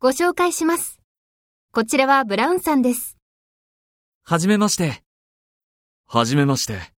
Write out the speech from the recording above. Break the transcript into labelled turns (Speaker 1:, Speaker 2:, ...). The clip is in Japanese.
Speaker 1: ご紹介します。こちらはブラウンさんです。
Speaker 2: はじめまして。はじめまして。